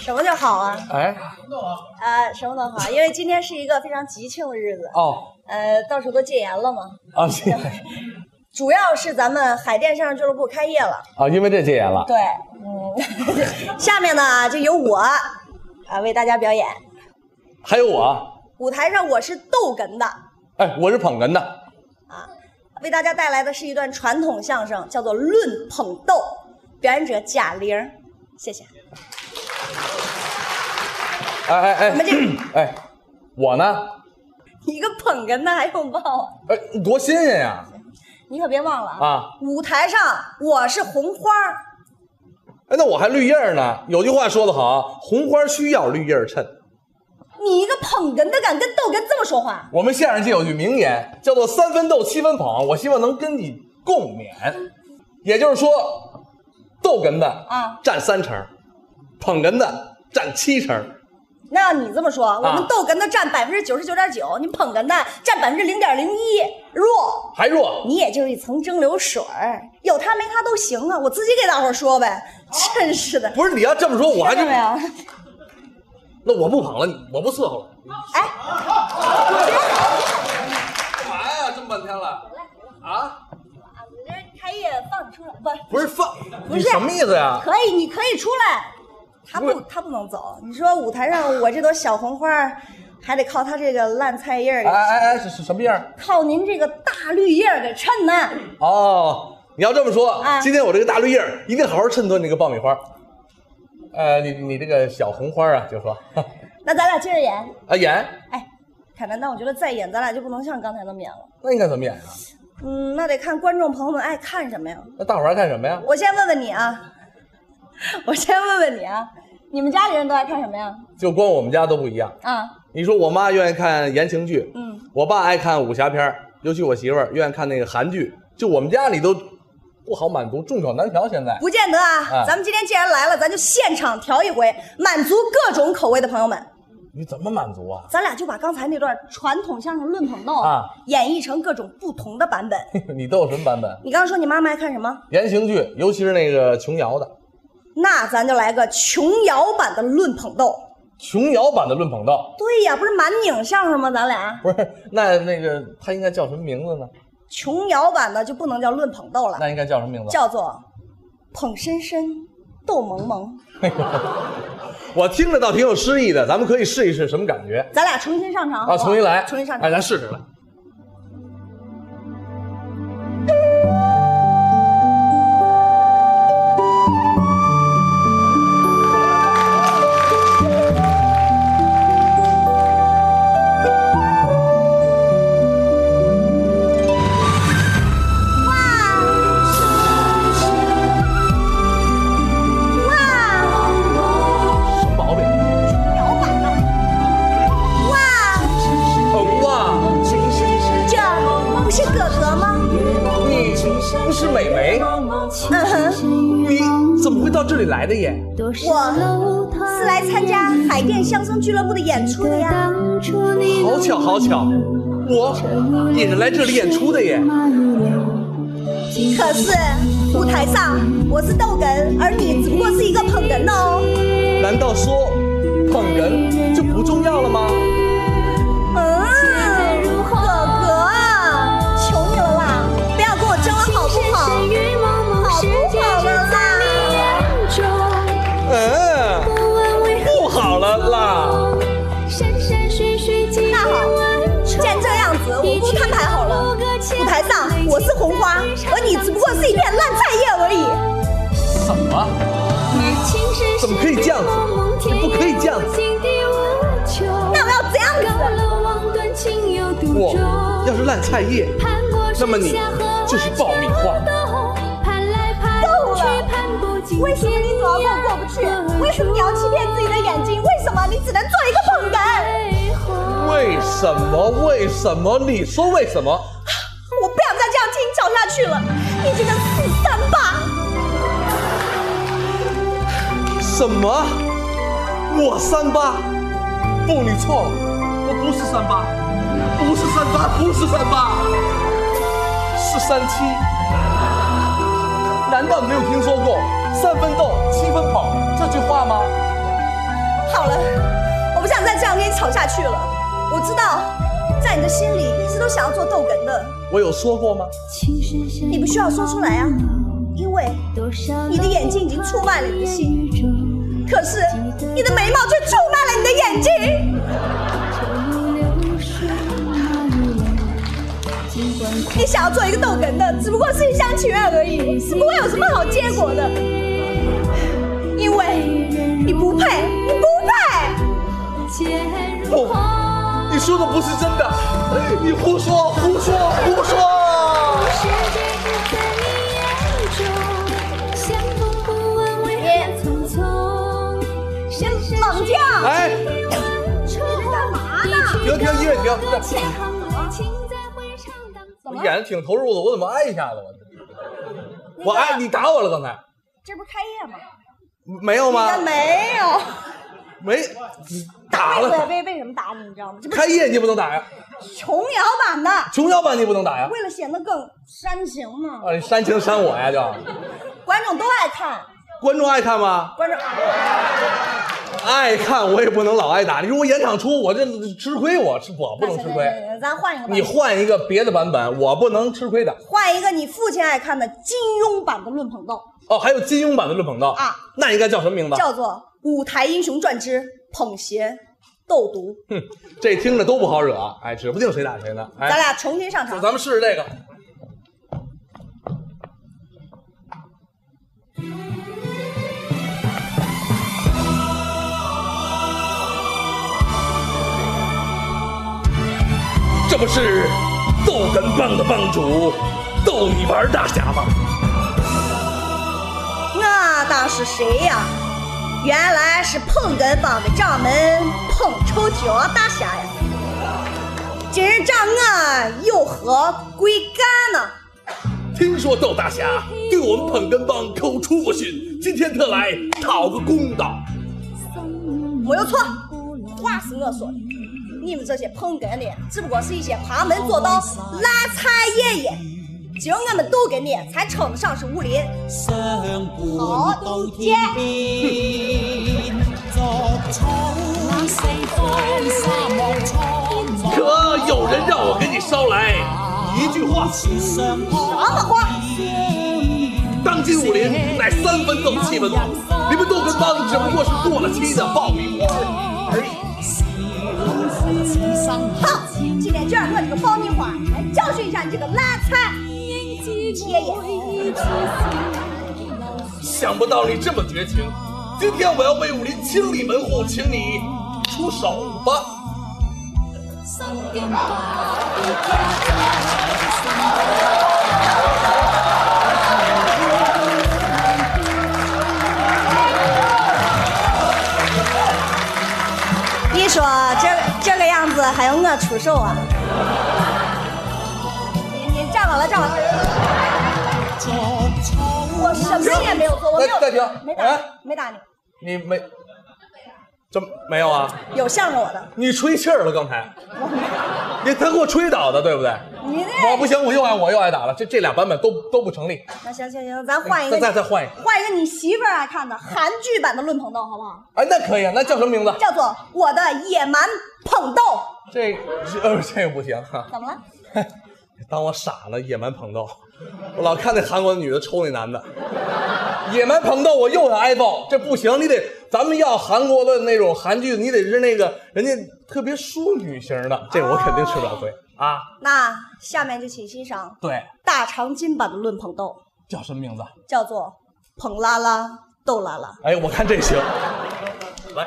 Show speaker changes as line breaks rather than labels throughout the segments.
什么叫好啊？
哎，
呃，什么都好，因为今天是一个非常吉庆的日子，
哦，
呃，到处都戒严了嘛。
啊， 这
主要是咱们海淀相声俱乐部开业了，
啊，因为这戒严了。
对，嗯， 下面呢就由我啊、为大家表演。
还有我，啊
舞台上我是逗哏的，
哎，我是捧哏的。
为大家带来的是一段传统相声，叫做《论捧逗》，表演者贾玲，谢谢。
哎哎哎
你们这，
哎，我呢，
一个捧哏的还用报？
哎，多新鲜呀！
你可别忘了啊！
啊，
舞台上我是红花儿，
哎，那我还绿叶儿呢。有句话说得好，红花需要绿叶儿衬。
你一个捧哏的敢跟逗哏这么说话？
我们相声界有句名言，叫做“三分逗，七分捧”。我希望能跟你共勉，也就是说，逗哏的
啊
占三成，捧哏的占七成。
那要你这么说，
啊
我们逗哏的占百分之九十九点九，你捧哏的占百分之零点零一，弱。
还弱，
你也就是一层蒸馏水儿，有他没他都行啊！我自己给大伙儿说呗，真是的。
不是你要这么说，哦我还就
看见没有？
那我不捧了，你我不伺候了。
哎，
干嘛呀？这么半天了，啊？
我这开业放哎你出来，不是
不是放，
不是
你什么意思呀？
可以，你可以出来。他
不
不
是，
他不能走。你说舞台上我这朵小红花儿，还得靠他这个烂菜叶儿
哎
给，
哎哎，是是什么样儿？
靠您这个大绿叶儿给衬呢。
哦，你要这么说，
啊
今天我这个大绿叶儿一定好好衬托你这个爆米花。呃，你你这个小红花啊，就说
那咱俩接着演。
啊演，
哎，凯南，但我觉得再演咱俩就不能像刚才那么演了。
那应该怎么演啊？
嗯，那得看观众朋友们爱看什么呀。
那大伙儿爱看什么呀？
我先问问你啊， 我先问问你啊，你们家里人都爱看什么呀？
就光我们家都不一样。
啊，
你说我妈愿意看言情剧，
嗯，
我爸爱看武侠片儿，尤其我媳妇儿愿意看那个韩剧。就我们家里都不好满足，众口难调。现在
不见得啊。
啊
咱们今天既然来了，咱就现场调一回，满足各种口味的朋友们。
你怎么满足啊？
咱俩就把刚才那段传统相声论捧逗
啊
演绎成各种不同的版本。
你都有什么版本？
你刚刚说你妈妈爱看什么？
言情剧，尤其是那个琼瑶的，
那咱就来个琼瑶版的论捧逗。
琼瑶版的《论捧逗
对呀，不是满拧相声吗？咱俩》
不是？那那个它应该叫什么名字呢？
琼瑶版的就不能叫论捧逗了，
那应该叫什么名字？
叫做捧深深逗萌萌。
我听着倒挺有诗意的，咱们可以试一试什么感觉
咱俩重新上场好不
啊？
好
重新来，
哦重新上场
哎，。咱试试来。
这
什么毛病？疼啊！
不是哥哥吗？
你不是美眉，
嗯哼，
你怎么会到这里来的耶？
我是来参加海淀乡村俱乐部的演出的呀。
好巧好巧，我也是来这里演出的耶。
可是舞台上我是逗哏，而你只不过是一个捧哏的哦。
难道说捧哏就不重要了吗？
嗯，哥哥啊，求你了啦，不要跟我争了好不好？好不好了啦？
嗯，不好了啦。
那好，既然这样子，我不摊牌好了。舞台上我是红花，而你只不过是一片烂菜叶而已。
怎么？
怎么可以这样子？你不可以这样子。
那我要怎样子？
我
我
要是烂菜叶，
那么你就是爆米花。
够了为什么你总要跟我过不去？为什么你要欺骗自己的眼睛？为什么你只能做一个捧哏？
为什么？为什么？你说为什么？
我不想再这样听你讲下去了，你这个死三八！
什么？我三八？不，你错了，我不是三八，不是三八，不是三八，是三七。难道你没有听说过三分斗，七分跑这句话吗？
好了，我不想再这样跟你吵下去了。我知道，在你的心里一直都想要做逗哏的，
我有说过吗？
你
你
不
不
需
需
要
要
说
说
出
出
来
来
啊
啊，
因为
你的眼睛已经出卖了你的心。
可是你的眉毛却出卖了你的眼睛。你想要做一个逗哏的，只不过是一厢情愿而已，是不会有什么好结果的。因为你不配，你不配。
不，你说的不是真的，你胡说胡说胡说！
猛将，
哎，
你在干嘛呢？
停停音乐停，
怎
我
么
演
了？
的挺投入的，我怎么挨一下子？我我挨你打我了刚才
这不是开业吗？
没有吗？
没有。
没打
为
了，
为为什么打你，你知道吗？这不
开业你不能打呀，
是琼瑶版的，
琼瑶版你不能打呀，
为了显得更煽情嘛，
啊你煽情煽我呀就，
观众都爱看。
观众爱看吗？
观众，啊
爱看我也不能老挨打，你说我演场出我这吃亏我吃我不能吃亏，
咱换一个吧，
你换一个别的版本我不能吃亏的。
换一个你父亲爱看的金庸版的《论捧逗
哦，还有金庸版的论捧逗
啊，
那应该叫什么名字》，？
叫做《舞台英雄传之捧邪斗毒》，
哼， 这听着都不好惹，哎，指不定谁打谁呢。
咱
哎，
俩重新上场。
咱们试试这个。这不是逗哏帮的帮主逗你玩大侠吗？
那当是谁呀、原来是捧哏帮的掌门捧臭脚大侠呀！今儿仗俺有何贵干呢？
听说窦大侠对我们捧哏帮口出不逊，今天特来讨个公道。
没有错，话是我说的，你们这些捧哏的，只不过是一些旁门左道、烂菜爷爷。今儿我们逗哏的才称得上是武林，
相伴到天边，作草四方，沙漠苍茫。
可有人让我给你捎来一句话：
相
什么话？
当今武林乃三分斗七分王，你们窦哏帮只不过是过了期的爆米花而已。
好，今天就让我这个爆米花来教训一下你这个烂菜。 爷爷，
想不到你这么绝情，今天我要为武林清理门户，请你出手吧。
你说这这个样子还用我出手啊？你你站稳了，站稳了。
作草
我什么也没有做，我没有，
再再停
没打你
哎，
没打你，
你没，这没有啊？
有向着我的，
你吹气儿了刚才，你他给我吹倒的，对不对？
你
我
这
不行，我又挨我又挨打了，这这俩版本都都不成立。
那行行行，咱换一个，
再再再换一个，
换一个你媳妇儿爱看的韩剧版的《论捧逗》，好不好？
哎，那可以啊，那叫什么名字？
叫做《我的野蛮捧逗》。
这这呃这不行哈、
怎么了？
当我傻呢？野蛮捧逗，我老看那韩国女的抽那男的，野蛮捧逗，我又想挨揍，这不行，你得咱们要韩国的那种韩剧，你得是那个人家特别淑女型的，这我肯定吃不了亏啊。
那下面就请欣赏
对，
大长今版的《论捧逗
叫什么名字？》，
叫做“捧拉拉逗拉拉
哎，我看这行，来。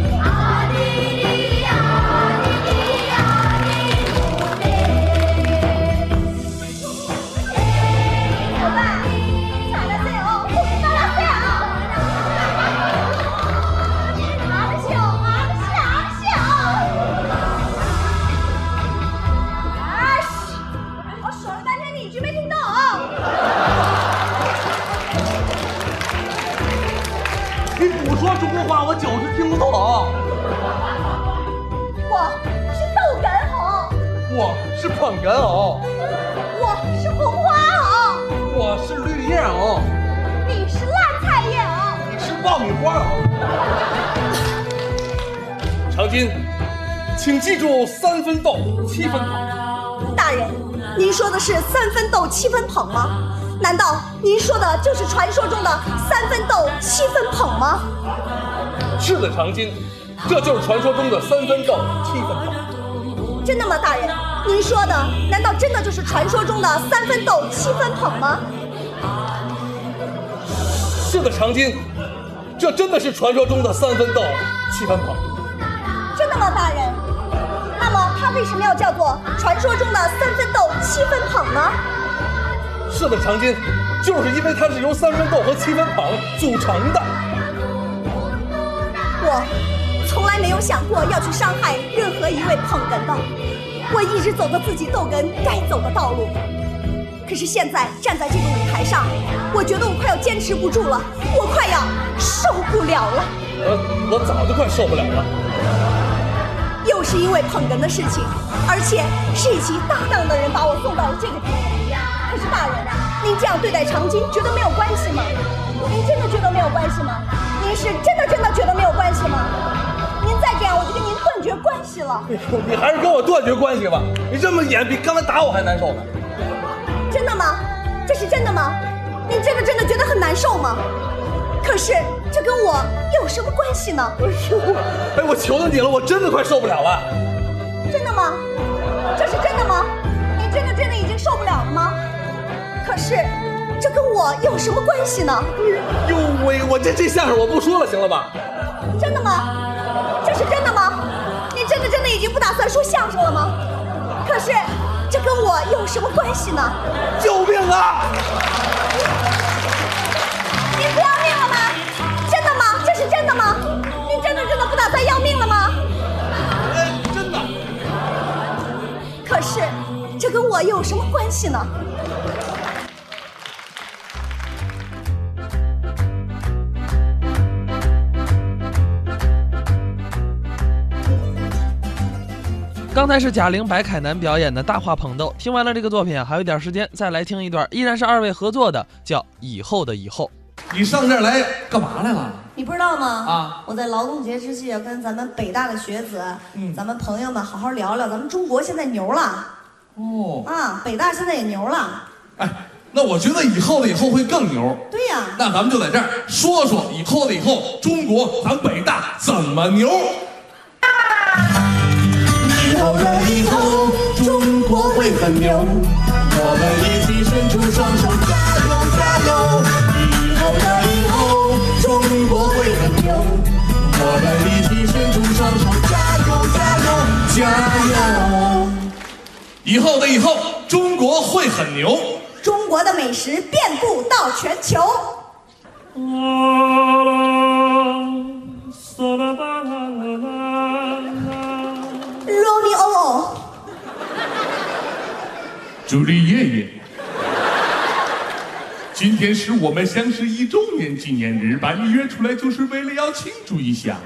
「
哦
我是捧哏偶，
我是红花藕，
我是绿叶哦偶，
你是烂菜叶哦藕，
你是爆米花偶。长今，请记住三分逗，七分捧。
大人，您说的是三分逗七分捧吗？难道您说的就是传说中的三分逗七分捧吗？
是的，长今，这就是传说中的三分逗，七分捧。
真的吗，大人？您说的难道真的就是传说中的三分逗七分捧吗？
是的，长今，这真的是传说中的三分逗，七分捧。
真的吗，大人？那么它为什么要叫做传说中的三分逗七分捧呢？
是的，长今，就是因为它是由三分逗和七分捧组成的。
我从来没有想过要去伤害任何一位捧哏的，我一直走的自己逗哏该走的道路。可是现在站在这个舞台上，我觉得我快要坚持不住了，我快要受不了了。
呃我我早就快受不了了。
又是因为捧哏的事情，而且是一起搭档的人把我送到了这个地步。可是大人，您这样对待长今，觉得没有关系吗？您真的觉得没有关系吗？您是真的真的觉得没有关系吗？您再这样，我就跟您断绝关系了。
你还是跟我断绝关系吧，你这么演比刚才打我还难受呢。
真的吗？这是真的吗？您真的真的觉得很难受吗？可是这跟我又有什么关系呢？
哎，我求求你了，我真的快受不了了。
真的吗？这是真的吗？你真的真的已经受不了了吗？可是，这跟我有什么关系呢？
哟喂，我这这相声我不说了，行了吧？
真的吗？这是真的吗？你真的真的已经不打算说相声了吗？可是，这跟我有什么关系呢？
救命啊！
你不要命了吗？真的吗？这是真的吗？你真的真的不打算要命了吗？
哎，真的，
可是，这跟我有什么关系呢？
刚才是贾玲、白凯南表演的《大话捧逗》。听完了这个作品啊，还有一点时间，再来听一段，依然是二位合作的，叫《以后的以后》。
你上这儿来干嘛来了？
你不知道吗？
啊，
我在劳动节之际要跟咱们北大的学子，咱们朋友们好好聊聊，咱们中国现在牛了
哦，
啊，北大现在也牛了。
哎，那我觉得以后的以后会更牛。
对呀、
那咱们就在这儿说说以后的以后，中国咱北大怎么牛？
以后了以后，中国会很牛。我们一起伸出双手，加油加油！以后了以后，中国会很牛。我们一起伸出双手，加油加油加油！
以后的以后，中国会很牛。
中国的美食遍布到全球。罗密欧欧，
朱丽叶叶，今天是我们相识一周年纪念日，把你约出来就是为了要庆祝一下。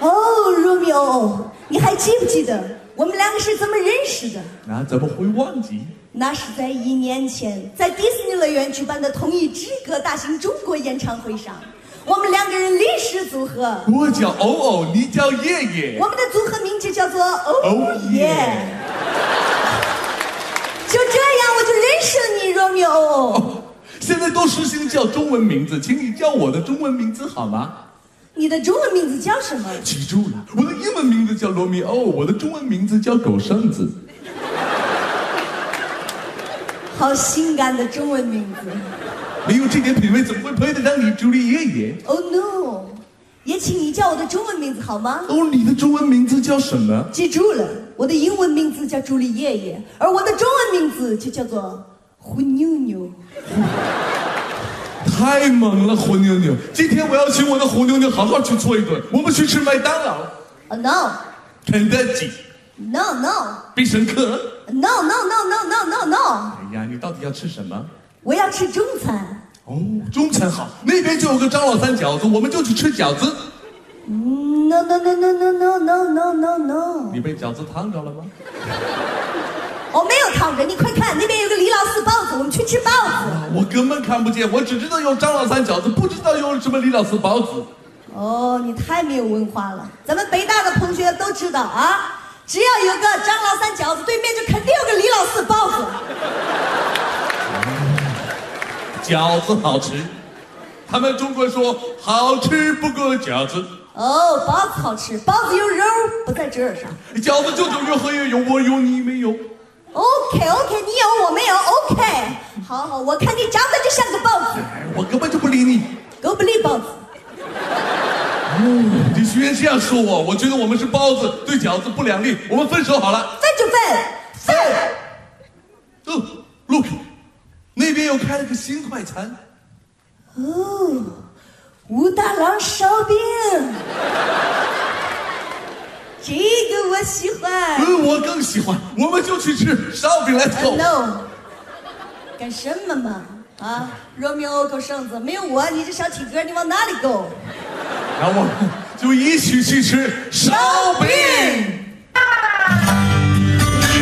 哦，罗密欧欧，你还记不记得我们两个是怎么认识的？
那啊怎么会忘记？
那是在一年前，在迪士尼乐园举办的同一之歌大型中国演唱会上，我们两个人临时组合，
我叫偶偶，你叫叶叶
我。们的组合名字叫做哦
哦
耶
耶。
就这样，我就认识了你，罗密欧。
哦，现在都实行叫中文名字，请你叫我的中文名字好吗？
你的中文名字叫什么？
记住了，我的英文名字叫罗密欧，我的中文名字叫狗剩子。
好性感的中文名字。
没有这点品味，怎么会配得上你朱丽叶叶？
Oh no！也请你叫我的中文名字好吗？
哦，你的中文名字叫什么？
记住了，我的英文名字叫朱丽叶叶，而我的中文名字就叫做胡妞妞。
太猛了，胡妞妞！今天我要请我的胡妞妞好好去搓一顿，我们去吃麦当劳、
Oh no！
肯德基、
No no
必胜客。
no no no no no no no！
哎呀，你到底要吃什么？
我要吃中餐。
哦，中餐好，那边就有个张老三饺子，我们就去吃饺子。
No no no no no no no no no no！
你被饺子烫着了吗？
哦，没有躺着，你快看，那边有个李老四包子，我们去吃包子。
我根本看不见，我只知道有张老三饺子，不知道有什么李老四包子。
哦，你太没有文化了，咱们北大的同学都知道啊，只要有个张老三饺子，对面就肯定有个李老四包子。
饺子好吃，他们中国说好吃不过饺子，
哦，包子好吃，包子有肉，不在这儿上。
饺子就种越喝越有，我有你没有？
OK OK，你有我没有？OK，好好，我看你长得就像个包子，
哎，我根本就不理你。
狗不理包子。
你居然这样说我，我觉得我们是包子，对饺子不两立，我们分手好了。
分就分，分。
哦，look，那边又开了个新快餐，
哦，武大郎烧饼，这个我喜欢。
嗯，我更喜欢，我们就去吃烧饼，let's go。
no，干什么嘛？啊，肉糜狗剩子，没有我你这小体格，你往哪里够？
然后我们就一起去吃烧
嗯
饼。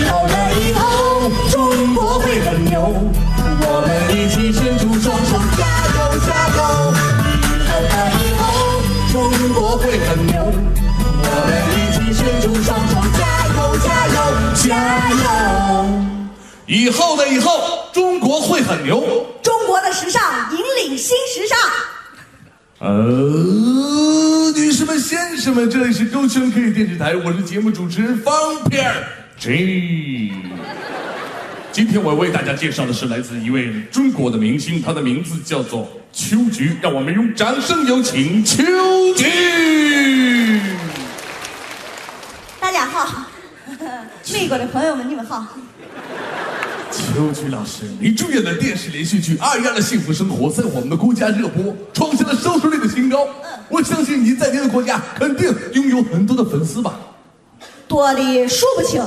有了以后，中国会很牛。我们一起伸出双手，加油加油！有了以后，中国会很牛。我们一起伸出双手，加油加油加油！
以后的以后，中国会很牛。
中国的时尚引领新时尚，
呃，女士们、先生们，这里是周全 K 电视台，我是节目主持人方片儿 J。今天我为大家介绍的是来自一位中国的明星，他的名字叫做秋菊，让我们用掌声有请秋菊。
大家好，美国的朋友们你们好。
秋菊老师，您主演的电视连续剧《二丫的幸福生活》在我们的国家热播，创下了收视率的新高。我相信您在您的国家肯定拥有很多的粉丝吧。
多的数不清，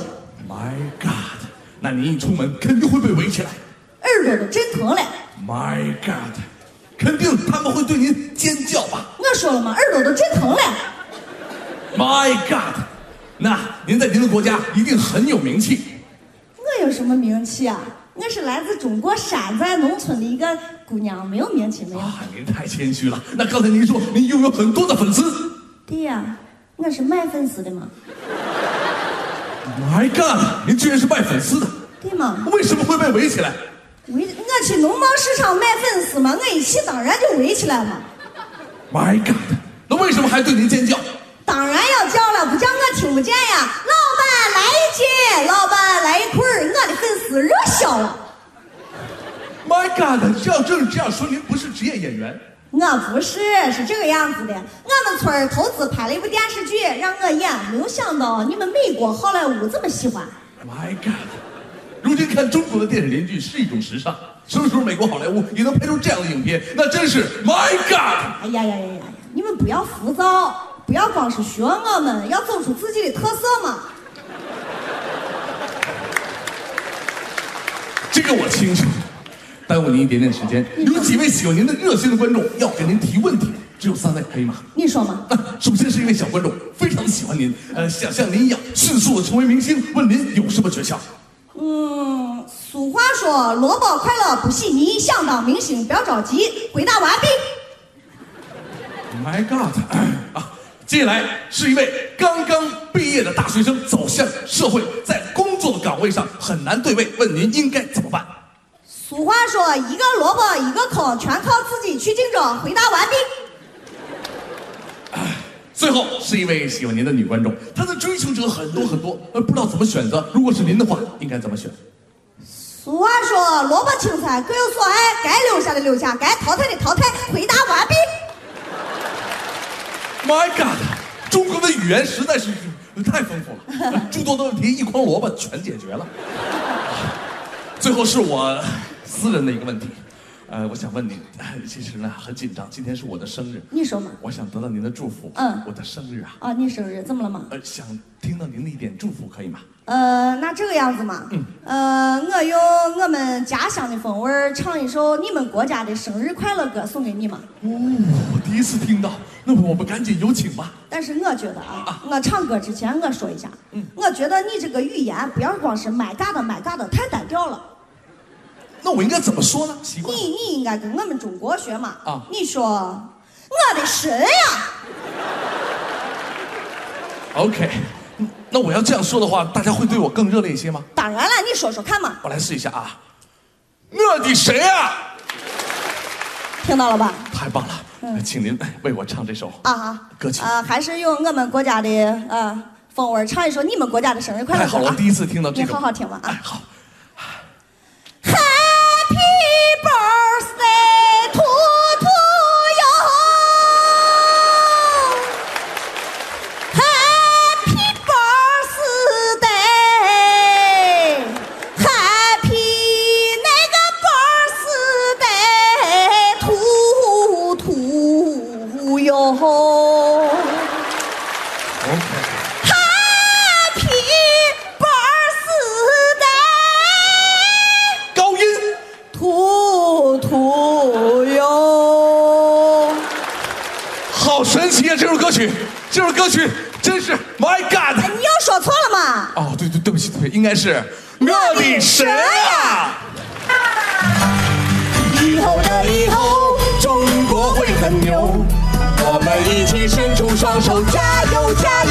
My God！那您一出门肯定会被围起来。
耳朵都震疼了。
My God！肯定他们会对您尖叫吧
我说了嘛，耳朵都震疼了。
？My God！那您在您的国家一定很有名气。
我有什么名气啊？我是来自中国山寨农村的一个姑娘，没有名气，没有。
啊，您太谦虚了。那刚才您说您拥有很多的粉丝。
对呀、我是卖粉丝的嘛，
My God！您居然是卖粉丝的，
对吗？
为什么会被围起来？
我一我去农贸市场卖粉丝嘛，我一去当然就围起来嘛，
My God！那为什么还对您尖叫？
当然要叫了，不叫我听不见呀。老板来一斤，老板来一块儿，我的粉丝热销了。
My God！这要正是这样说，您不是职业演员。
我不是，是这个样子的。我们村儿投资拍了一部电视剧，让我演，没有想到你们美国好莱坞这么喜欢。
My God！如今看中国的电视连续剧是一种时尚，什么时候美国好莱坞也能拍出这样的影片，那真是 My God！
哎呀呀呀呀！你们不要浮躁，不要光是学我们，要走出自己的特色嘛。
这个我清楚。耽误您一点点时间，有几位喜欢您的热心的观众要给您提问题，只有三位，可以吗？
你说嘛？
啊，首先是一位小观众，非常的喜欢您，呃，想像您一样迅速的成为明星，问您有什么诀窍？
嗯，俗话说萝卜快乐不稀泥，想当明星不要着急。回答完毕。
My God！啊， 接下来是一位刚刚毕业的大学生走向社会，在工作的岗位上很难对位，问您应该怎么办？
俗话说一个萝卜一个坑，全靠自己去竞争。回答完毕。
最后是一位喜欢您的女观众，她的追求者很多很多，呃，不知道怎么选择。如果是您的话，应该怎么选？
俗话说萝卜青菜各有所爱，该留下的留下，该淘汰的淘汰。回答完毕。
My God，中国的语言实在是太丰富了，诸多的问题一筐萝卜全解决了。最后是我私人的一个问题，呃，我想问你，其实呢很紧张，今天是我的生日，
你说嘛？
我想得到您的祝福。
嗯
我的生日啊，
啊，你生日怎么了嘛？
呃，想听到您的一点祝福，可以吗？
呃，那这个样子嘛，呃，我用我们家乡的风味儿唱一首你们国家的生日快乐歌送给你嘛。
哦，我第一次听到，那么我们赶紧有请吧。
但是我觉得啊，我唱歌之前我说一下，
嗯
我觉得你这个语言不要光是买嘎的买嘎的，太单调了。
那我应该怎么说呢？习
你
惯
你应该跟我们中国学嘛。
啊
你说我的神呀，
OK，嗯那我要这样说的话，大家会对我更热烈一些吗？
当然了，你说说看嘛，
我来试一下啊。我的神啊！
听到了吧？
太棒了，请您为我唱这首
啊哈，
歌曲。
啊，还是用我们国家的呃风味儿唱一首你们国家的生日快乐
太
歌
哎好了，
啊
第一次听到
你
这
好
种。
好听吧啊。
哎，好，
Happy birthday to to you. Happy birthday. Happy 那个 birthday to to you. Happy birthday.
高音
兔兔哟，
好神奇啊！这首歌曲，这首歌曲真是 My God！
你又说错了嘛？
哦，对对，对不起，对不起，应该是我的神啊！
以后的以后，中国会很牛。我们一起伸出双手，加油加